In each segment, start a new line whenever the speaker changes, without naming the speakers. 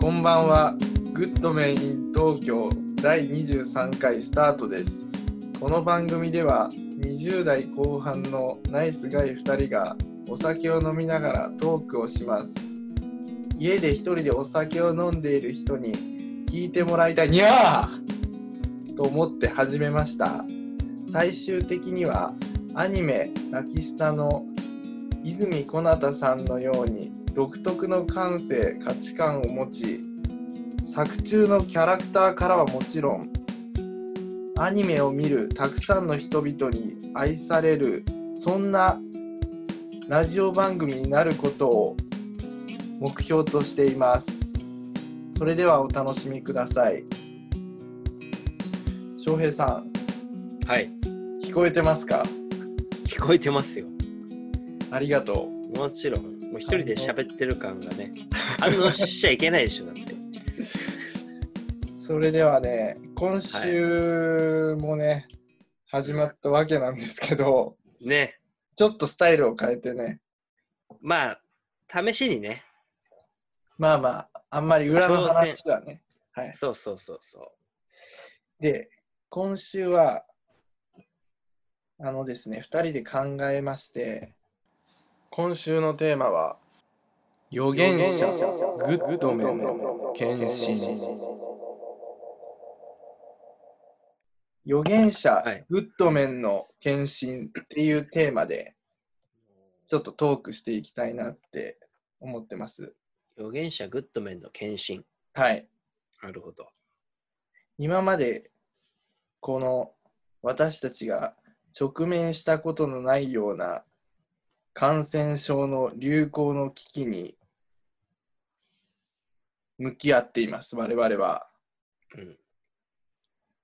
こんばんは。グッドメイン東京第23回スタートです。この番組では20代後半のナイスガイ2人がお酒を飲みながらトークをします。家で一人でお酒を飲んでいる人に聞いてもらいたいにゃーと思って始めました。最終的にはアニメ「ラキスタ」の泉小太さんのように独特の感性価値観を持ち作中のキャラクターからはもちろんアニメを見るたくさんの人々に愛されるそんなラジオ番組になることを目標としていますそれではお楽しみください翔平さん
はい、
聞こえてますか
聞こえてますよ。
ありがと
もちろん、もう一人で喋ってる感がね、反応しちゃいけないでしょ、だって。
う。それではね、今週もね、始まったわけなんですけど、
ね、
ちょっとスタイルを変えてね、
まあ、試しにね、
まあまあ、あんまり裏の話はね。はい、
そうそうそうそ
で、今週は、あのですね、2人で考えまして、今週のテーマは、予言者グッドメンの献身。預言者、
はい
グッドメンの献身っていうテーマでちょっとトークしていきたいなって思ってます。
う。預言者グッドメンの献身。
はい。
なるほど。
今までこの私たちが直面したことのないような感染症の流行の危機に向き合っています我々は。
うん。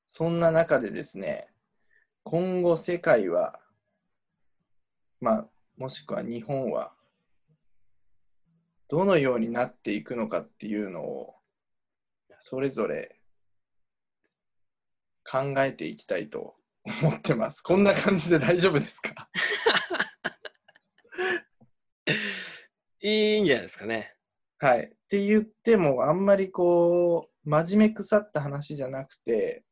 そんな中でですね、今後世界は、まあ、もしくは日本は、どのようになっていくのかっていうのを、それぞれ考えていきたいと 思ってます。こんな感じで大丈夫ですか
いいんじゃないですかね。
はい。って言っても、あんまりこう、真面目腐った話じゃなくて、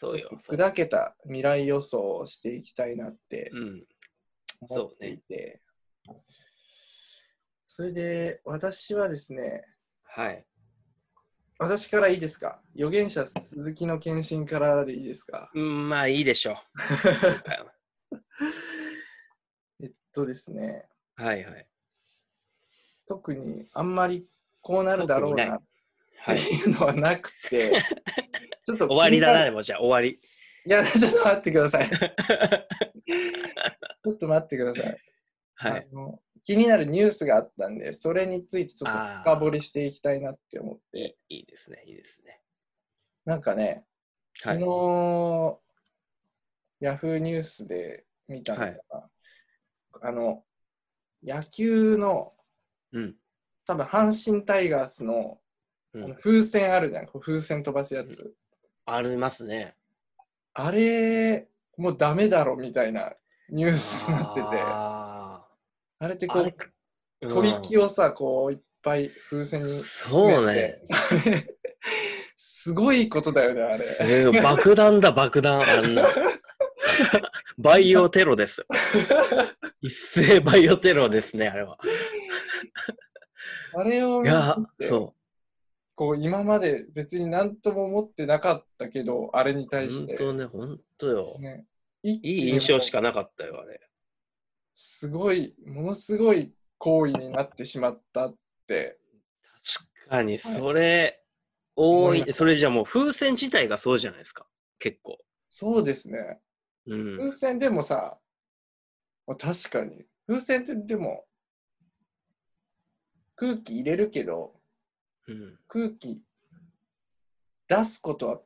そうよ。そう
砕けた未来予想をしていきたいなって
うん。
思っていて、それで私はですね、
はい。
私からいいですか預言者鈴木の献身からでいいですか
うん、まあ、いいでしょう。今回 は
えっとですね、
はいはい。
特にあんまりこうなるだろうなっ
は
て
い。
いうのはなくて、 ちょっと
終わりだな、
い
でもじゃあ終わり。
や、ちょっと待ってください。ちょっと待ってください。
はい。
あの気になるニュースがあったんで、それについてちょっと深掘りしていきたいなって思っ
い
て、
いいいですね、いいですね。
なんかね、
は
昨
い。
日、ヤフーニュースで見たのが、
はい
あの、野球の、
うん。
多分阪神タイガースの,、
う
あの
ん、
風船あるじゃん、こう風船飛ばすやつ。
ありますね。
あれ、もうダメだろみたいなニュースになってて、あ
あ
れって
ー
こ
あれ
う、飛び木
を、
をさ、こう、いっぱい風船に
うん。そう ね。
すごいことだよね、あれ。
えー爆弾だ、爆弾。あんな。バイオテロです。一斉バイオテロですね、あれは。
あれを
い
見
や、
て
そ
こう今まで別に何とも思ってなかったけど、あれに
う。
対して。
本当ね、本当よ。
ね、い
いい印象しかなかったよ、あれ。
すごい、ものすごい行為になってしまったって。
確かに、それ、多
思いま
い、それじゃもう風船自体がそうじゃないですか、結構。
そうですね。
うん
風。船でもさ、まあ確かに。風船ってでも、空気入れるけど、
うん、
空気出すことは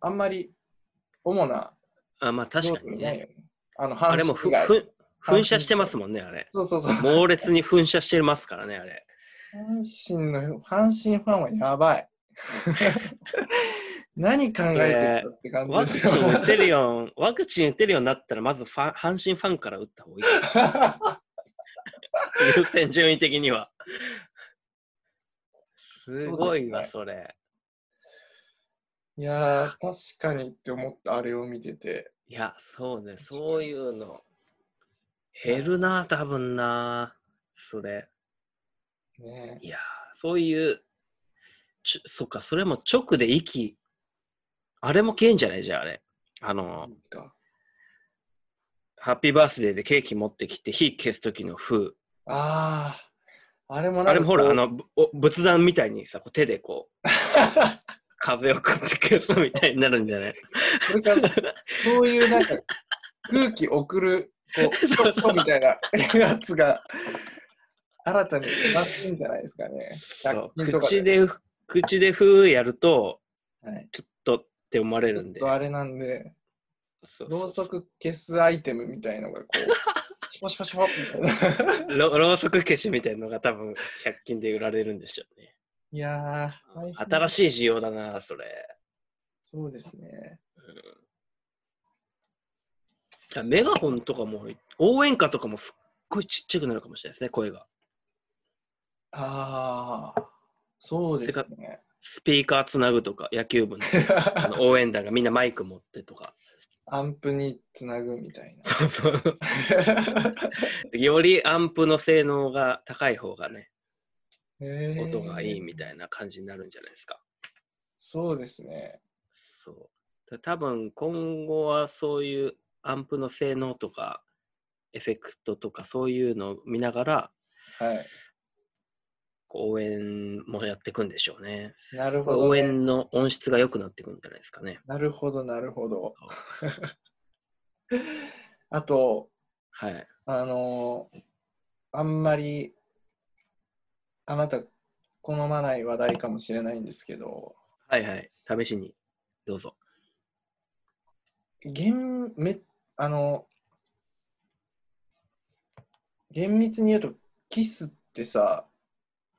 あんまり主な
あ、まあ確かに
用途ない
ね。
よね。あの、
あ
半
れも
身
ふ
以外。
ふ噴射してますもんね、あれ。
そうそうそう。
猛烈に噴射してますからね、あれ。
阪神の、阪神ファンはやば い。何考えてるって感
ワ
じ
ク
で
チ
すよ
ン打てるよう、ワクチン打てるようになったら、まずファン阪神ファンから打った方がいい。優先順位的には。すすごいわ、
そ
それ。
いやー、確かにって思った、あれを見てて。
いや、そうね、そういうの。減るな、多分な、それ。
ね
いやー、そういう、ちょそっか、それも直で息、あれも消えんじゃないじゃあ、あれ。あの、
いいか
ハッピーバースデーでケーキ持ってきて、火消す時の風。
ああ、あれもなんか
あれもほら、
こう
あ、の、ぶお仏壇みたいにさ、こう手でこ う、風を食って消すみたいになるんじゃない
それからそういうなんか、空気送る、こう、ちょっとみたいなやつが、新たに生まれるんじゃないですかね。
そう
100均とか
口で、口でふーやると、
はい、
ちょっとって思われ
ち
る
ょ
ん
っ
で。
とあれなんで、
そうそう
ろうそく消すアイテムみたいのが、こう、シュポシュポシュポみたいな。
ろろうそく消しみたいなのが多分100均で売られるんでしょうね。
いやー、
新
い。
しい需要だな、それ。
そうですね。
うんメガホンとかも、応援歌とかもすっごいちっちゃくなるかもしれないですね、声が。
ああ、そうですね。
スピーカーつなぐとか、野球部のあの応援団がみんなマイク持ってとか。
アンプにつなぐみたい
そうそう
な。
よりアンプの性能が高い方がね、
へー
音がいいみたいな感じになるんじゃないですか。
そうですね。
そう。多分今後はそういうアンプの性能とか、エフェクトとかそういうのを見ながら、
はい。
応援もやっていくんでしょうね。
なるほどね
応援の音質が良くなっていくんじゃないですかね。
なるほど、なるほど。あと、
はい。
あのーあんまり、あなた、好まない話題かもしれないんですけど、
はいはい。試しに、どうぞ。
厳めあの厳密に言うと、キスってさ、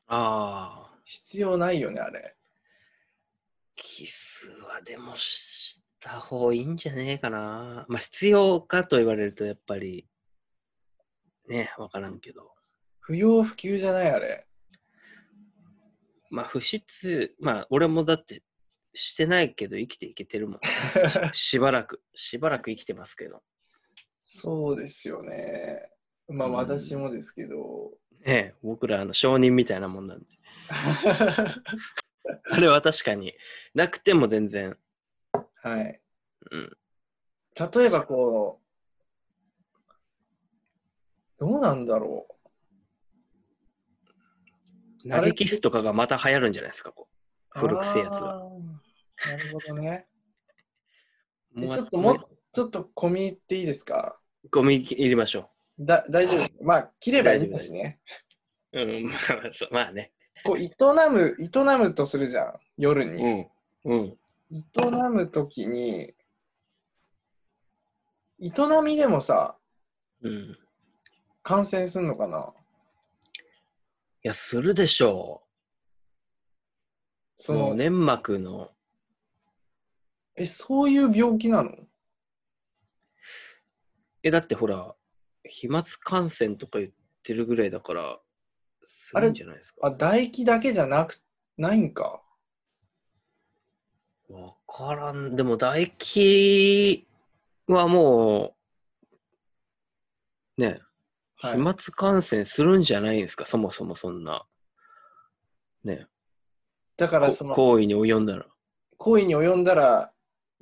ああ。
必要ないよね、あれ。
キスはでもした方がいいんじゃねえかな。まあ必要かと言われるとやっぱり、ね、わからんけど。
不要不急じゃない、あれ。
まあ不必、まあ俺もだってしてないけど生きていけ てるもん。しばらく、しばらく生きてますけど。
そうですよね。まあ、
うん
私もですけど。
ねえ、僕らあの証人みたいなもんなんで。あれは確かになくても全然。
はい。
うん。
例えばこう、どうなんだろう。あ
投
れ
げキスとかがまた流行るんじゃないですか、こう古くせえやつは。
あー。なるほどね。
う
ちょっともちょっと込み入っていいですか
ゴミ入りましょ
だ大丈夫です。まあ、切ればいいんだしね。
う。うん、まあそうまあね。
こう、営む、営むとするじゃん。夜に。
ん。うん。
営むときに、営みでもさ、
うん。い
感染すんのかな
や、するでしょう。
そ
もう
の、
粘膜の、
え、そういう病気なの
え、だってほら、飛沫感染とか言ってるぐらいだから、す
あれ
るんじゃないです
あ、
か。
唾液だけじゃなく、ないんか。
わからん。でも唾液はもう、ね、
はい
飛沫感染するんじゃないですか、そもそもそんな。ね、
だから
こ
その
行為に及んだら。
行為に及んだら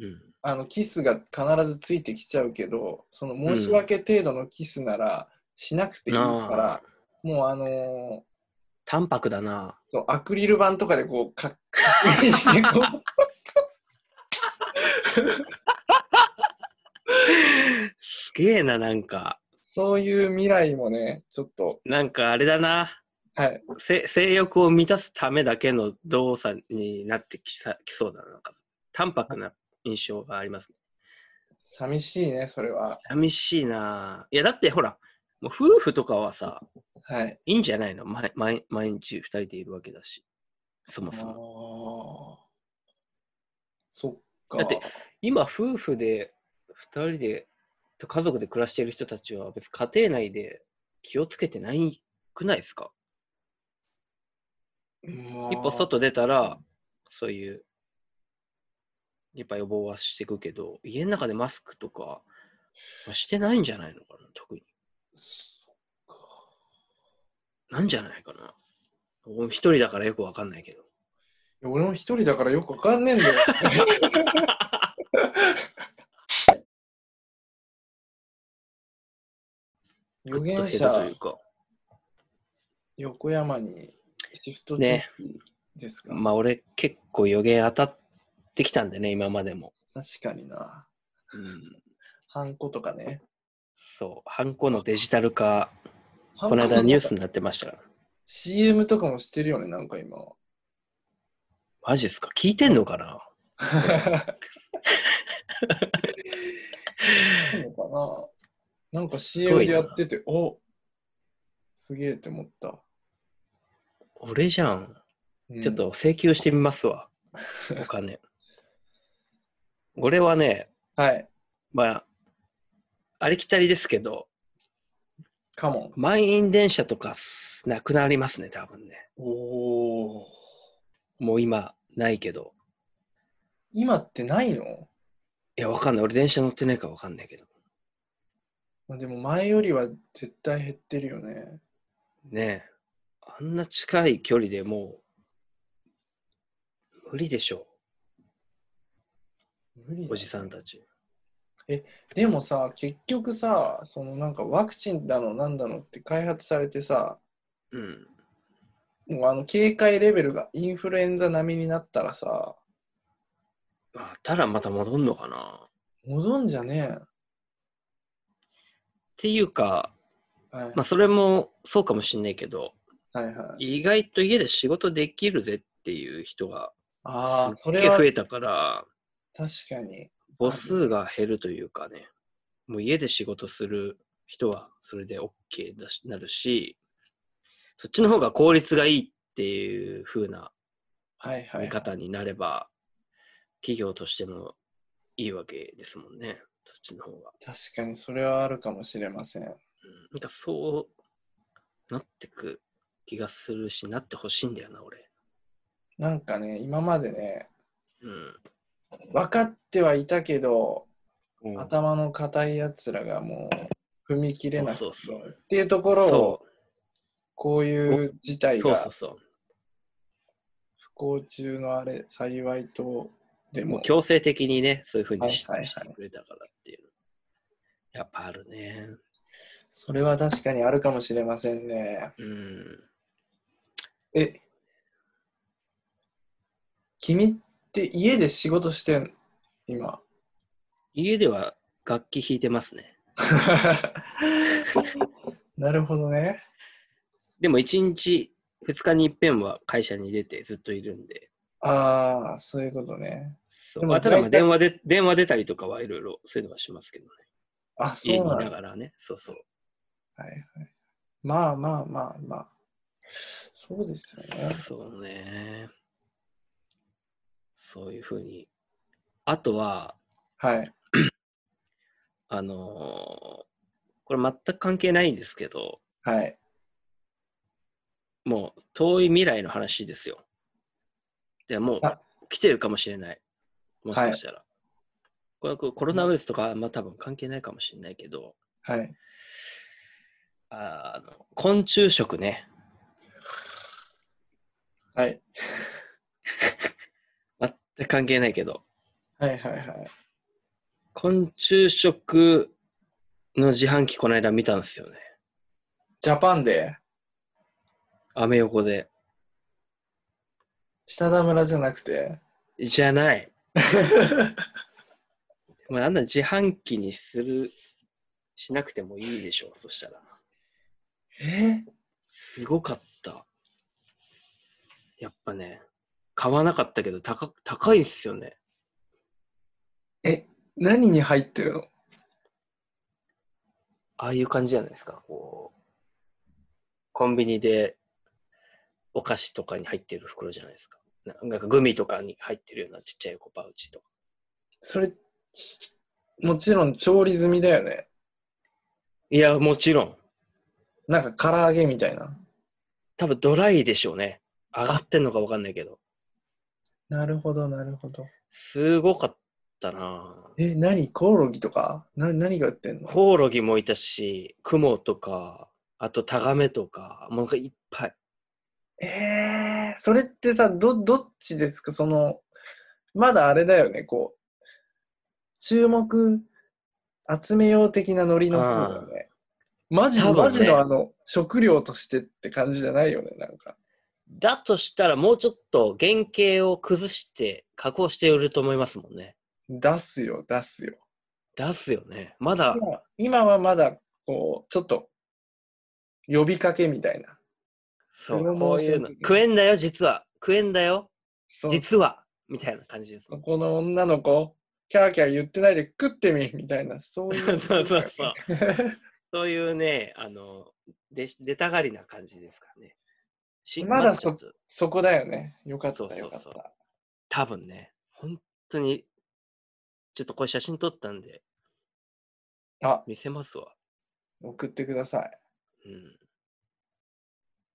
うん。
あのキスが必ずついてきちゃうけどその申し訳程度のキスならしなくていいから
あ、ー
もうあのー
淡白だな。
そうアクリル板とかでこうか 確認してこう
すげえな、なんか。
そういう未来もねちょっと
なんかあれだな。
はい
せ性欲を満たすためだけの動作になってきさきそうだな。なんか淡白な印象があります。
寂しいねそれは
寂しいな。いや、だってほら、もう夫婦とかはさ、
はい
いいんじゃないの毎毎毎日二人でいるわけだし。そも
あ
そも。
ーそっか
だって今夫婦で2人でと家族で暮らしている人たちは別に家庭内で気をつけてないくないですか
一
一歩外出たら、そういう、やっぱ予防はしていくけど、家の中でマスクとか、まあしてないんじゃないのかな、特に。なんじゃないかな。俺一人だからよくわかんないけど。
いや俺も一人だからよくわかんねえんだ よ。予
グッと
言
減るとい
者
うか。
横山にシフトチェン
ね
ジですか、
まあ俺結構予言当たってきたんでね、今までも。
確かにな。
うん、
ハンコとかね。
そう。ハンコのデジタル化、この間ニュースになってましたから。
CM とかもしてるよね、なんか今。
マジですか聞いてんのかな
そうかななんか CM でやってて、おすげえって思った。
俺じゃん。
うん
ちょっ。と請求してみますわ。お 金。俺はね、
はい。
まあ、ありきたりですけど、
カモン。
満員電車とかなくなりますね、多分ね。
おお。
もう今、ないけど。
今ってないの
いや、わかんない。俺電車乗ってないからわかんないけど。
まあでも前よりは絶対減ってるよね。
ねえ。あんな近い距離でもう、無理でしょ
無理だ
う、おじさんたち。
でもさ、結局さ、そのなんかワクチンだのなんだのって開発されてさ、
うん。
もうあの警戒レベルがインフルエンザ並みになったらさ、
あ、たらまた戻んのかな。っ
戻んじゃね
ていうか、
え。はい、
まあ、それもそうかもしんないけど、
はいはい。
意外と家で仕事できるぜっていう人が
ああ、
す
そ
っ
れ
げえ
は
増えたから、
確かに。
母数が減るというかね、もう家で仕事する人はそれで OK だしなるし、そっちの方が効率がいいっていう風な
はいはい、は
見
い。
方になれば、企業としてもいいわけですもんね、そっちの方が。
確かにそれはあるかもしれません。
うん、なんかそうなってく気がするし、なってほしいんだよな、俺。
なんかね、今までね、
うん。
分かってはいたけど、
うん
頭の固いやつらがもう踏み切れなくて
そうそうそう
っていうところを
そ
こういう事態
うそう
が
そうそう。
不幸中のあれ幸いとで
も
も
う強制的にね、そういうふう
は
に
い
し
はいはい
してくれたからっていう。やっぱあるね。
それは確かにあるかもしれませんね。
うん。
え君って家で仕事してん今
家では楽器弾いてますね。
なるほどね。
でも1日、2日に一遍は会社に出てずっといるんで。
ああ、そういうことね。
そ
で
う
も
まあ、ただまあ
大体
電話で、電話出たりとかはいろいろそういうのはしますけどね。
あ、
家
そう
にい
なんだ
ながらね。そうそう。
はいはい。まあまあまあまあ。そうですよね。
そうね。そういうふうに。あとは、
はい。
あのーこれ全く関係ないんですけど、
はい。
もう遠い未来の話ですよ。でもう
あ
来てるかもしれない。もしかしたら。これこれコロナウイルスとか、まあ多分関係ないかもしれないけど、
はい。
ああの昆虫食ね、
はい。
全く関係ないけど、
はいはいはい。
昆虫食の自販機この間見たんですよね。
ジャパンで、
アメ横で。
下田村じゃなくて。
じゃない。まあ、あんな自販機にする、しなくてもいいでしょう、そしたら。
え
すごかった。やっぱね、買わなかったけど高、高いっすよね。
え、何に入ってるの
ああいう感じじゃないですか。こう、コンビニでお菓子とかに入ってる袋じゃないですか。ななんかグミとかに入ってるようなちっちゃい小パウチとか。
それ、もちろん調理済みだよね。
いや、もちろん。
なんか唐揚げみたいな。
多分ドライでしょうね。上がってんのかわかんないけど。
なるほど、なるほど。
すごかったな
え、何コオロギとかな何が売ってんの
コオロギもいたし、クモとか、あとタガメとか、もうなんかいっぱい。
えー、それってさ、ど、どっちですかその、まだあれだよね、こう、注目集めよう的なノリの方だよね。マジ、
多分ね
マジのあの、食料としてって感じじゃないよね、なんか。
だとしたらもうちょっと原型を崩して加工して売ると思いますもんね。
出すよ、出すよ。
出すよね。まだ、
今今はまだ、こう、ちょっと、呼びかけみたいな。
そ
プロ
う、こ
モ
う
ーシ
い
ョ
う
ン
の。
的に
食えんだよ、実は。食えんだよ、
そう
実は。みたいな感じですも
そ
ん。
この女の子、キャーキャー言ってないで食ってみみたいな、そういう。
そうそうそう。そういうね、あの、で出たがりな感じですからね。し
まだ
ちょっと
そこだよね。よかった
そうそう
よかっ
そう
た。
多分ね、本当に、ちょっとこれ写真撮ったんで、
あ、
見せますわ。
送ってください。
うん。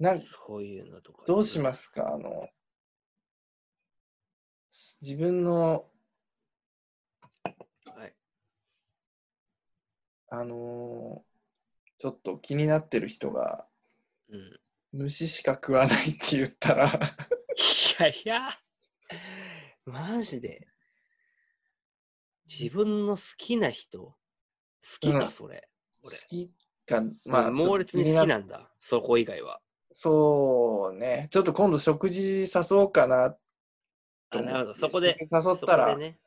なん
そういうのとか。
どうしますすかあの、自分の、
はい。
あのーちょっと気になってる人が、
うん。い
虫しか食わないって言ったら、
やいや、マジで。自分の好きな人、好き
うん
か、それ。
好
俺
きか、
ま
ま
あ、
あ、
猛烈に好き
な
なんだ、そこ以外は。
そうね。ちょっと今度食事誘おうかな
あ、なるほど、そこ
誘
で、
っ
そこ
たら
で、ね。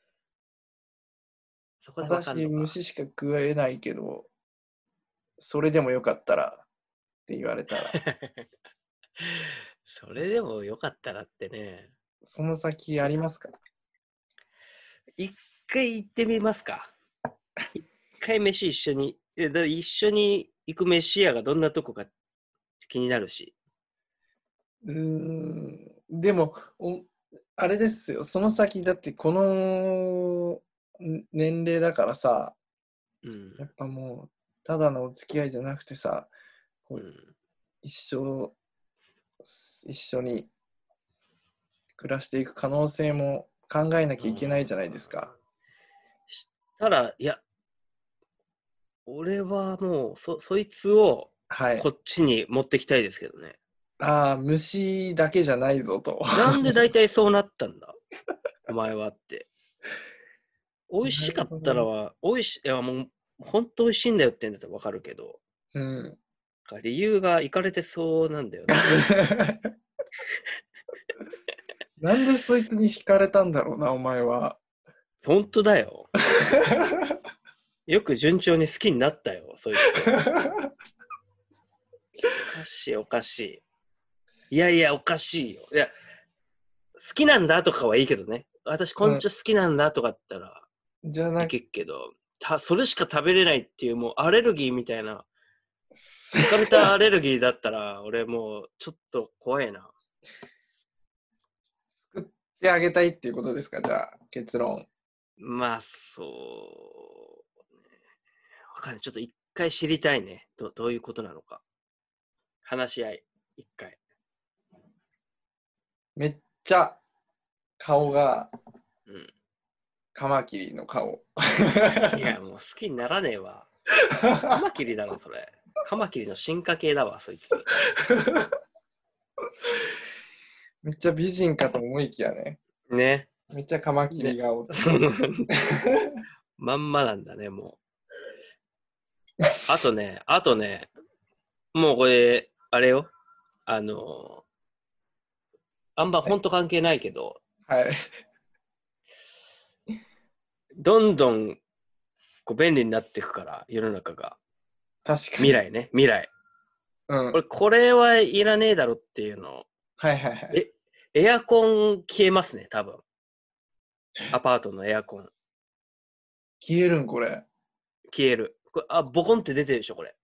そこでわか
私
んのか
虫しか食えないけど、それでもよかったらって言われた ら、
それでもよかったらってね。
その先ありますか
一回行ってみますか。一回飯一緒に。えだ一緒に行く飯屋がどんなとこか気になるし。
うーん、でもお、あれですよ、その先だってこのん年齢だからさ、
うん。
やっぱもう、ただのお付き合いじゃなくてさ、こ
う、
うん一生、一緒に暮らしていく可能性も考えなきゃいけないじゃないですか。
ただ、いや、俺はもうそ、そいつを
はい
こ。っちに持ってきたいですけどね。
ああ、虫だけじゃないぞと。
なんで大体そうなった んだお前はって。美味しかったらは、美味しい、いやもう、本当美味しいんだよって言うんだったらわかるけど、
うん。
なんか理由がいかれてそうなんだよね。
なんでそいつに惹かれたんだろうな、お前は。
本当だよ。よく順調に好きになったよ、そいつ。おかしい、おかしい。いやいや、おかしいよ。いや、好きなんだとかはいいけどね。私、昆虫好きなんだとかだったら、
じゃないく
けっけど、たそれしか食べれないっていう、もうアレルギーみたいな、
せ
浮かれたアレルギーだったら、 俺もう、ちょっと怖いな。
てあげたいっていうことですか、じゃあ、結論。
まあ、そう、ね。わかんない。ちょっと一回知りたいね。どどういうことなのか。話し合い、一回。
めっちゃ顔が
うん
カマキリの顔。
いや、もう好きにならねえわ。カマキリだろ、それ。カマキリの進化系だわ、そいつ。
めっちゃ美人かと思いきやね。
ね。
めっちゃカマキリ顔。
そうなんだまんまなんだね、もう。あとね、あとね、もうこれ、あれよ。あの、あんまほんと関係ないけど、
はい。
どんどんこう便利になっていくから、世の中が。
確かに。
未。来ね、未来。
うん。は
これ、これはいらねえだろっていうの
いはいはい。
え、エアコン消えますね、多分。アパートのエアコン。
消えるんこれ。
消える。これあ、ボコンって出てるでしょ、これ。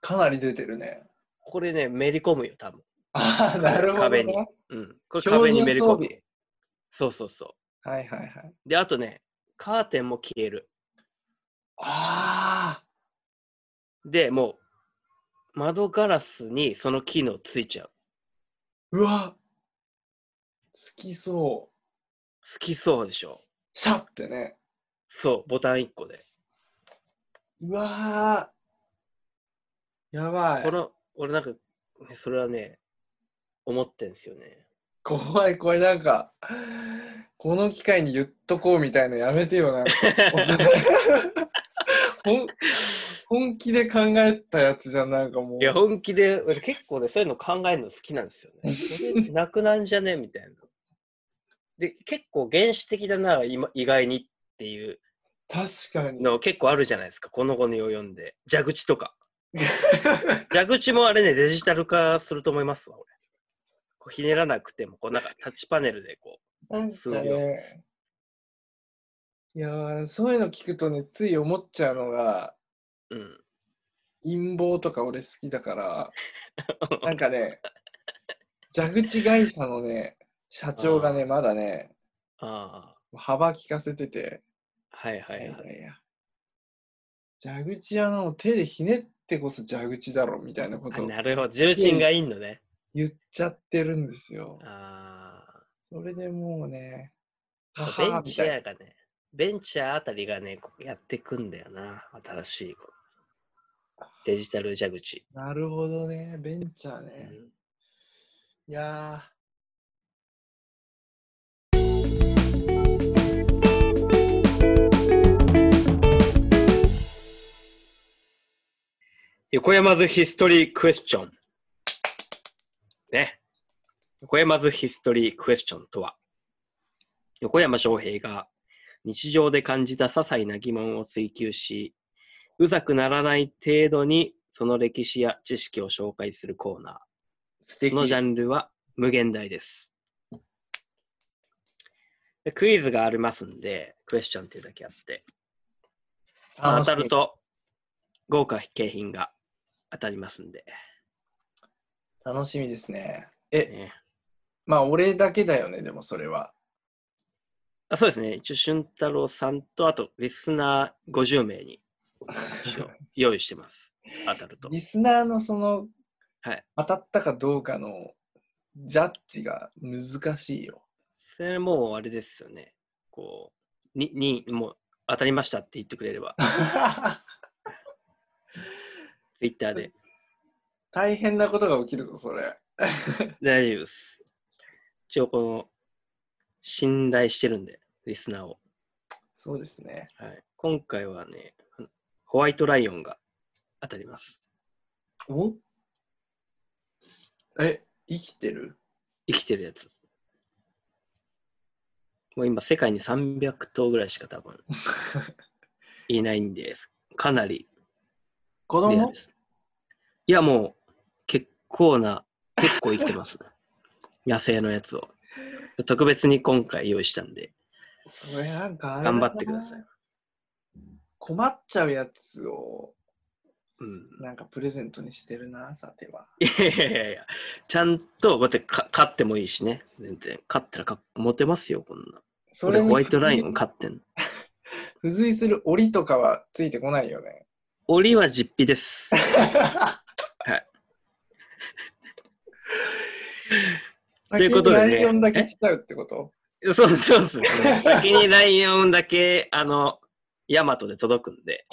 かなり出てるね。
これね、めり込むよ、多分。
ああ、なるほど、ね。
壁に
はい
うん。これ
標準
壁にめり込む
装。
そうそうそ
はいはい。
う。で、あとね、カーテンも消える。
ああ、
で、もう、窓ガラスにその機能ついちゃう。
うわ、きそう。
好きそうでしょ。
シャッてね。
そう、ボタン1個で。
うわー。やばい
こ。の、俺なんか、それはね、思ってんですよね。
怖い、怖い。なんか、この機会に言っとこうみたいなやめてよ。 なんかほん本気で考えたやつじゃん、なんかもう。
いや、本気で、俺結構ね、そういうの考えるの好きなんですよ ね。それなくなんじゃねみたいな。で、結構原始的だな、今意外にっていう
確かに。
の結構あるじゃないですか、この後に及んで。蛇口 とか。蛇口もあれね、デジタル化すると思いますわ、俺。こうひねらなくても、こうなんかタッチパネルでこ
なん
数
か
秒
ね、いやーそういうの聞くとね、つい思っちゃうのが、
う。うん。
陰謀とか俺好きだから、なんかね、蛇口会社のね、社長がね、まだね、
ああ、
幅利かせてて、
はいはいい
や
はい。
いや蛇口はもう手でひねってこそ蛇口だろみたいなこ
あ
とを
なるほど、重鎮がいいのね。
言っちゃってるんですよ。
ああ。
それでもうね、は
ベ
は
ン
み
チ
たいな
ャーがね、ベンチャーあたりがね、こうやってくんだよな、新しいこうデジタル蛇口。
なるほどね、ベンチャー
う
ね。
ん
いや
横山ズヒストリークエスチョン。ね。横山ズヒストリークエスチョンとは、横山翔平が日常で感じた些細な疑問を追求し、うざくならない程度にその歴史や知識を紹介するコーナー。
ー、素
そのジャンルは無限大です。でクイズがありますんで、クエスチョンっていうだけあって、まあ当たる。と豪華景品が当たりますんで、
楽しみですね。え、
ね
まあ俺だけだよね、でもそれは。
あ。そうですね、一応、俊太郎さんと、あと、リスナー50名に 一応用意してます。当たると。
リスナーのその、
はい
当たったかどうかのジャッジが難しい よ。
それもうあれですよね、こう、に、に、もう当たりましたって言ってくれれば、ツイッターで
大変なことが起きるぞ、それ。
大丈夫です。一応この、信頼してるんで、リスナーを。
そうですね。
はい、今回はね、ホワイトライオンが当たります。
おえ、生きてる
生きてるやつ。もう今、世界に300頭ぐらいし か多分いないんです。かなり
子
レア
供
です。いや、もう、結構な、結構生きて ます、ね。野生のやつを。特別に今回用意したんで、
それなんかあれだ
頑
な
張ってください。。
困っちゃうやつを、
うん
なんかプレゼントにしてるな、さては。
いやいやいやいや、ちゃんと、だってか、勝ってもいいしね。全然。勝ったらかモテますよ、こんな。それ
に
ホワイトライオン勝ってんの。
付随する檻とかはついてこないよね。
檻は実費です。ということで
先にラ
ね
イオンだけ来ちゃうってこと
そうそうそう。先にライオンだけ、あの、ヤマトで届くんで。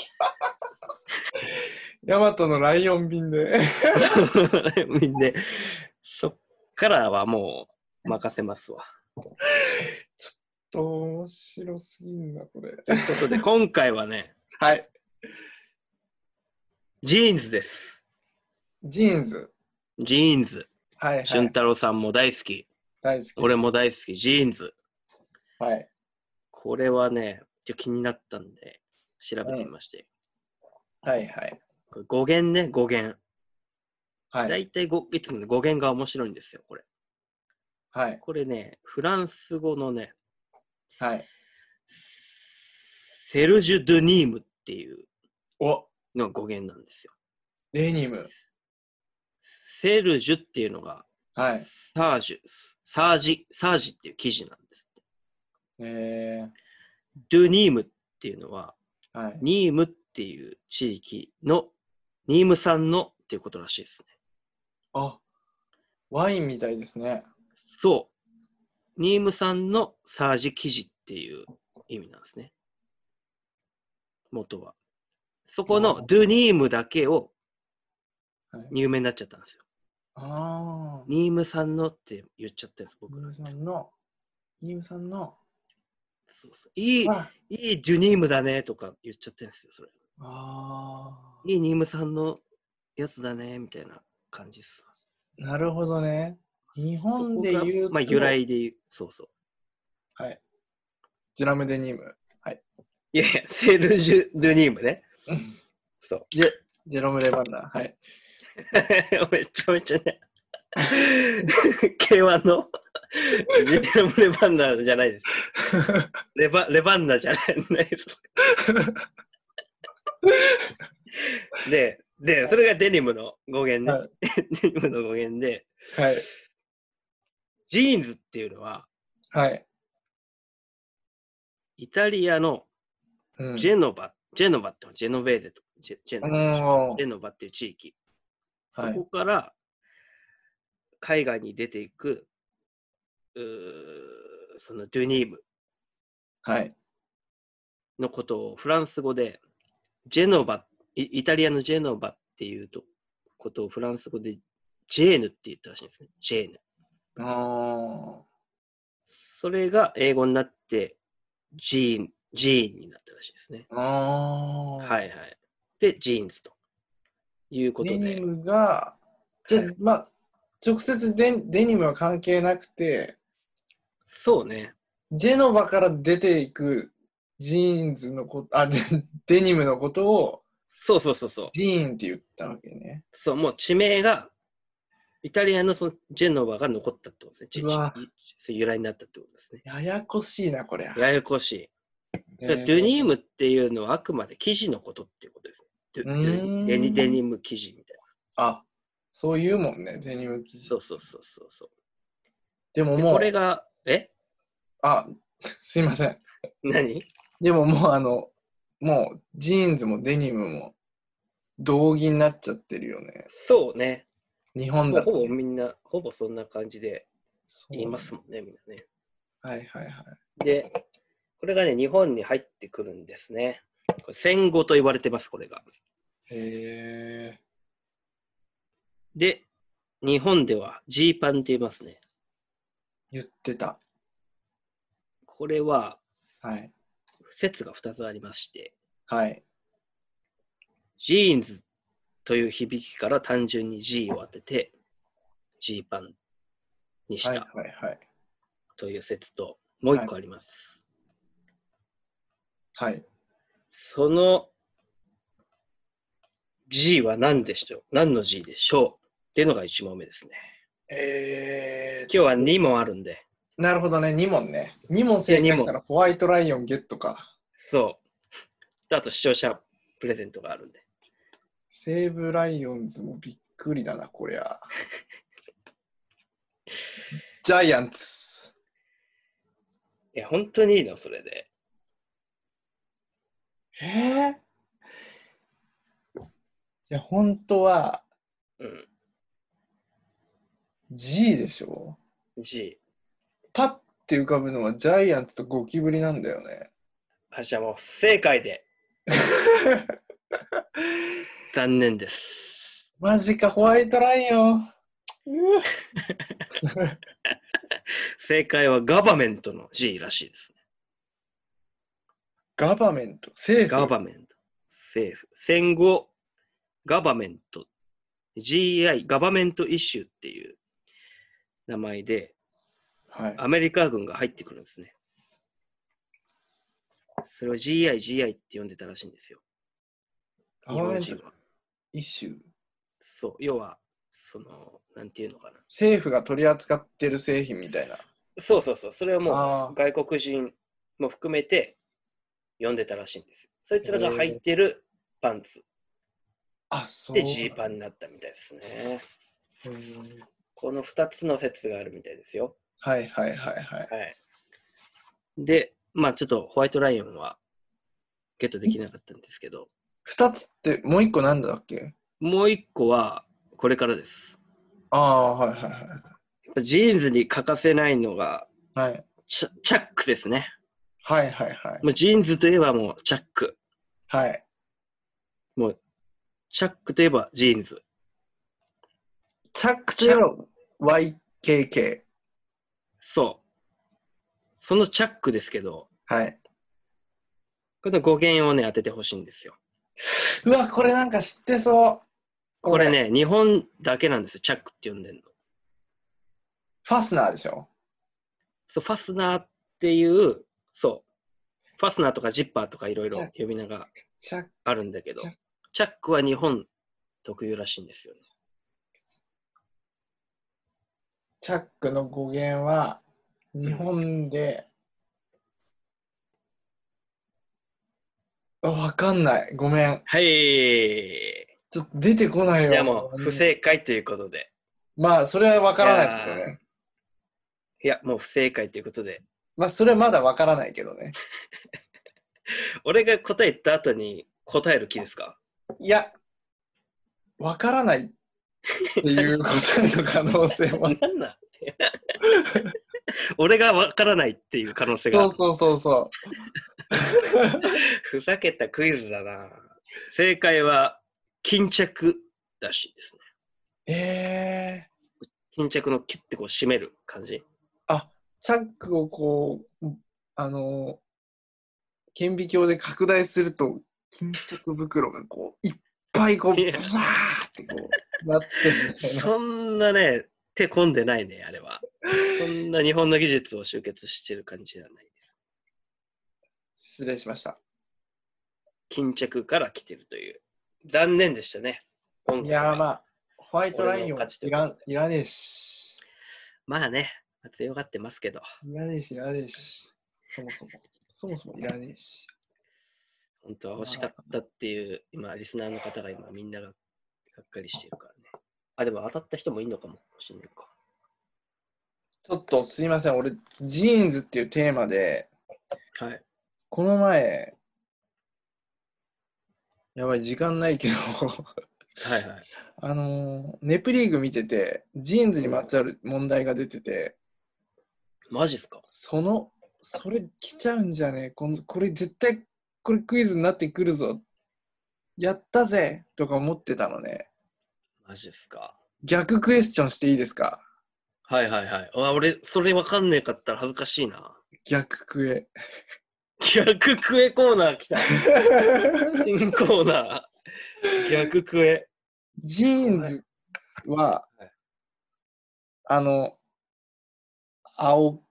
ヤマトのライオン便で。
そうみんな、そっからはもう任せますわ。
と、面白すぎんな、これ。
ということで、今回はね、
はい。
ジーンズです。
ジーンズ。
ジーンズ。
はいは
俊
い。
太郎さんも大好き。
大好き。
俺も大好き。ジーンズ。
はい。
これはね、ちょっと気になったんで、調べてみまして。
はいはい。
これ語源ね、語源。
はい。
大体ごいつもね語源が面白いんですよ、これ。
はい。
これね、フランス語のね、
はい。
セルジュ・ドゥニームっていう
お
のが語源なんですよ。
デニム。
セルジュっていうのが、
はい。
サージュ、サージ、サージっていう生地なんですっ
え
て。ドゥニームっていうのは、
ー、はい。
ニームっていう地域の、ニーム産のっていうことらしいですね。
あワインみたいですね。
そう。ニームさんのサージ生地っていう意味なんですね。元は。そこ
あ
の
ー
ドゥニームだけを
はい
有名になっちゃったんですよ。
ああ。
ニームさんのって言っちゃったんです、僕
ニ
ら
ム。さんの、ニムさんの、
そうそういい、
あ
いいジュニームだねとか言っちゃってるんですよ、それ。
あ
いいニームさんのやつだね、みたいな感じです。
ー。なるほどね。日本で言うと
そこがまあ、由来で言う。そうそう。
はい。ジラムデニーム。
いやいや、セルジュ・ドゥニームね。そう。
ジェジェロム・レバンナ。はい。
めちゃめちゃね。K1 のジェラム・レバンナじゃないです。レバレバンナじゃない です。で、で、それがデニムの語源ね。
は
デニムの語源で、
はい。
ジーンズっていうのは、
はい。
イタリアの
うん
ジェノバ、ジェノバってジェノベーゼとジェジェ
う
ノバでしょ
ん
レノバっていう地域、
はい
そこから海外に出ていくうーそのドゥニーム
はい。
のことをフランス語でジェノバイイタリアのジェノバっていうとことをフランス語でジェーヌって言ったらしいんですねジェーヌ
あー
それが英語になってジーンジーンになったらしいですね
あー。
はいはいでジーンズということ
デニ
で
ムが、じゃあ、
はい
まあ、直接デンデニムは関係なくて、
そうね
ジェノバから出ていくジーンズのこと、あ、デデニムのことを
そうそうそうそう
ジーンって言ったわけね。
そう、もう地名が、イタリアのそのジェノバが残ったってことです
うわ
ね。ちち由来になったってことですね。
ややこしいな、これ。
ややこしい。
え
だからドゥニームっていうのはあくまで生地のことっていうことですね。ドゥド
う
ゥ
ーん
デニデニム生地みたい
あ、そう言うもんね、デニム生
な。
地
そ。うそうそうそうそう。
でも
で
もう
こ、れが、え
あ、すいません。
何
でももうあの、もうジーンズもデニムも道着になっちゃってるよね。
そうね。
日本
もう
だ
ほ
と
ぼ
ね、
みんな、ほぼそんな感じで
そう
言いますもんね、みんなね。
はいはいはい。
で、これがね、日本に入ってくるんですね。これ戦後と言われてます、これが。
へえ。
で、日本ではジーパンって言いますね。
言ってた。
これは
はい。
説が2つありまして、
はい。
ジーンズという響きから単純に G を当てて、ジーパンにし
はいは
た
いはい。
という説と、もう一個あります。
はい。
その G は何でしょう何の G でしょうっていうのが1問目ですね。
え
今日は2問あるんで、
なるほどね、2問ね。2問正解したらホワイトライオンゲットか。
そう。あと視聴者プレゼントがあるんで。
西武ライオンズもびっくりだな、こりゃ。ジャイアンツ。
え、本当にいいのそれで。
えー、じゃあ本当は
うん。
G でしょ
G。
パッて浮かぶのはジャイアンツとゴキブリなんだよね。
あ、じゃあもう不正解で。残念です。
マジか、ホワイトライオン。う
正解はガバメントの G らしいです
ガバメント、
ね。
政府。
ガバメント。政府。戦後、ガバメント。GI、ガバメントイシューっていう名前で、
はい、
アメリカ軍が入ってくるんですね。それを GI、GI って呼んでたらしいんですよ。
ガ
日
バメ
本
ン
人
ト
は。
イシュー。
そう。要は、その、なんていうのかな。
政府が取り扱ってる製品みたいな。
そうそうそう。それをもう、
あ
外国人も含めて読んでたらしいんですよ。そいつらが履いてるパンツ
あ、そう。
でジーパンになったみたいですね。
うん
この2つの説があるみたいですよ。
はいはいはいはい。
はい。で、まあちょっとホワイトライオンはゲットできなかったんですけど、
二つって、もう一個なんだっけ
もう1個はこれからです。
ああ、はいはいはい。
やっぱジーンズに欠かせないのが
はい。
チャチャックですね。
はいはいはい。
もうジーンズといえばもうチャック。
はい。
もう、チャックといえばジーンズ。
チャックといえば YKK。
そう。そのチャックですけど、
はい。
この語源をね、当ててほしいんですよ。
うわ、これなんか知ってそう。
これ。ね、日本だけなんですよ。チャックって呼んでるの。
ファスナーでしょ
そう、ファスナーっていう、そう。ファスナーとかジッパーとかいろい
チャ
ろ
ッ
呼び名が
チャック。
あるんだけど
チャッ、
チャックは日本特有らしいんですよね。
チャックの語源は日本で、あわかんないごめん
はい。
ちょっと出てこないよ
いやもう、不正解ということで。
まあそれはわからないけど
いやー
ね
いや、もう不正解ということで。
まあそれはまだわからないけどね
俺が答えた後に答える気ですか
いやわからないっていう答えの可能性も
何なん だ俺がわからないっていう可能性
そ
が
う。そうそうそう
ふざけたクイズだな。正解は、巾着らしいですね。
えー、
巾着のキュッてこう締める感じ。
チャックをこうあの顕微鏡で拡大すると巾着袋がこういっぱいこうブ
い
ワ
や
ーってこうなってるみたいな
そんなね、手込んでないね、あれは。そんな日本の技術を集結してる感じではないです。
失礼しました
巾着から来てるという。残念でしたね。今
い
回は
やーまあホワイトライン
俺の
は
勝ちとい
いう
こと
らんいらねえし
まあね、強がってますけど、
いらねえしいらねえしそもそもそもそもいらねえし
本当は欲しかったっていう、今、リスナーの方が今、みんなががっかりしてるからね。あ、でも当たった人もいるのかもしれないか。
ちょっとすいません俺ジーンズっていうテーマで
はい。
この前やばい時間ないけど
はいはい。
あのーネプリーグ見てて、ジーンズにまつわる問題が出てて、
マジっすか
その、それ来ちゃうんじゃねえこのこれ絶対、これクイズになってくるぞ。やったぜとか思ってたのね。
マジっすか
逆クエスチョンしていいですか
はいはいはい。あ俺、それわかんねえかったら恥ずかしいな。
逆クエ。
逆クエコーナー来た。新コーナー。逆クエ。
ジーンズは
はい、
あの、青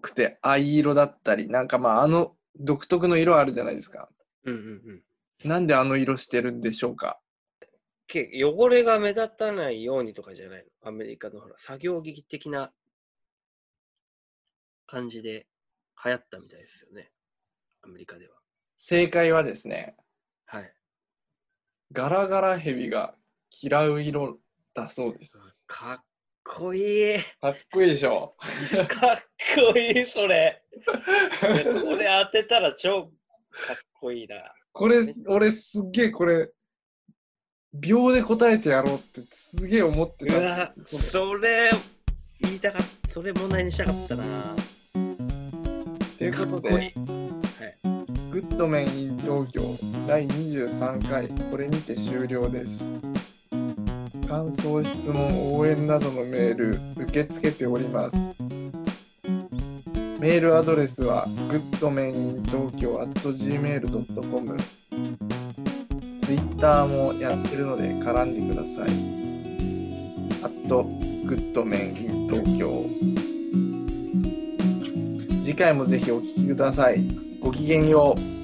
くて藍色だったり、なんかまあ、あの独特の色あるじゃないですか。
うんうんうん。
なんであの色してるんでしょうか
け汚れが目立たないようにとかじゃないのアメリカのほら作業着的な感じで流行ったみたいですよね。アメリカでは。
正解はですね、
はい。
ガラガラヘビが嫌う色だそうです。
かっこいい。
かっこいいでしょ
かっこいい、それ。いやこれ当てたら超かっこいいな。
これ、俺すっげえこれ、秒で答えてやろうってすげえ思って
うわ
た。、
それ、言いたかった。それ問題にしたかったな。
ということ
かっこい
で、
い
グッドメン in 東京第23回、これにて終了です。感想、質問、応援などのメール、受け付けております。メールアドレスは goodmaninintokyo.gmail.com Twitter もやってるので絡んでください。あと goodmaninintokyo 次回もぜひお聴きください。ごきげんよう。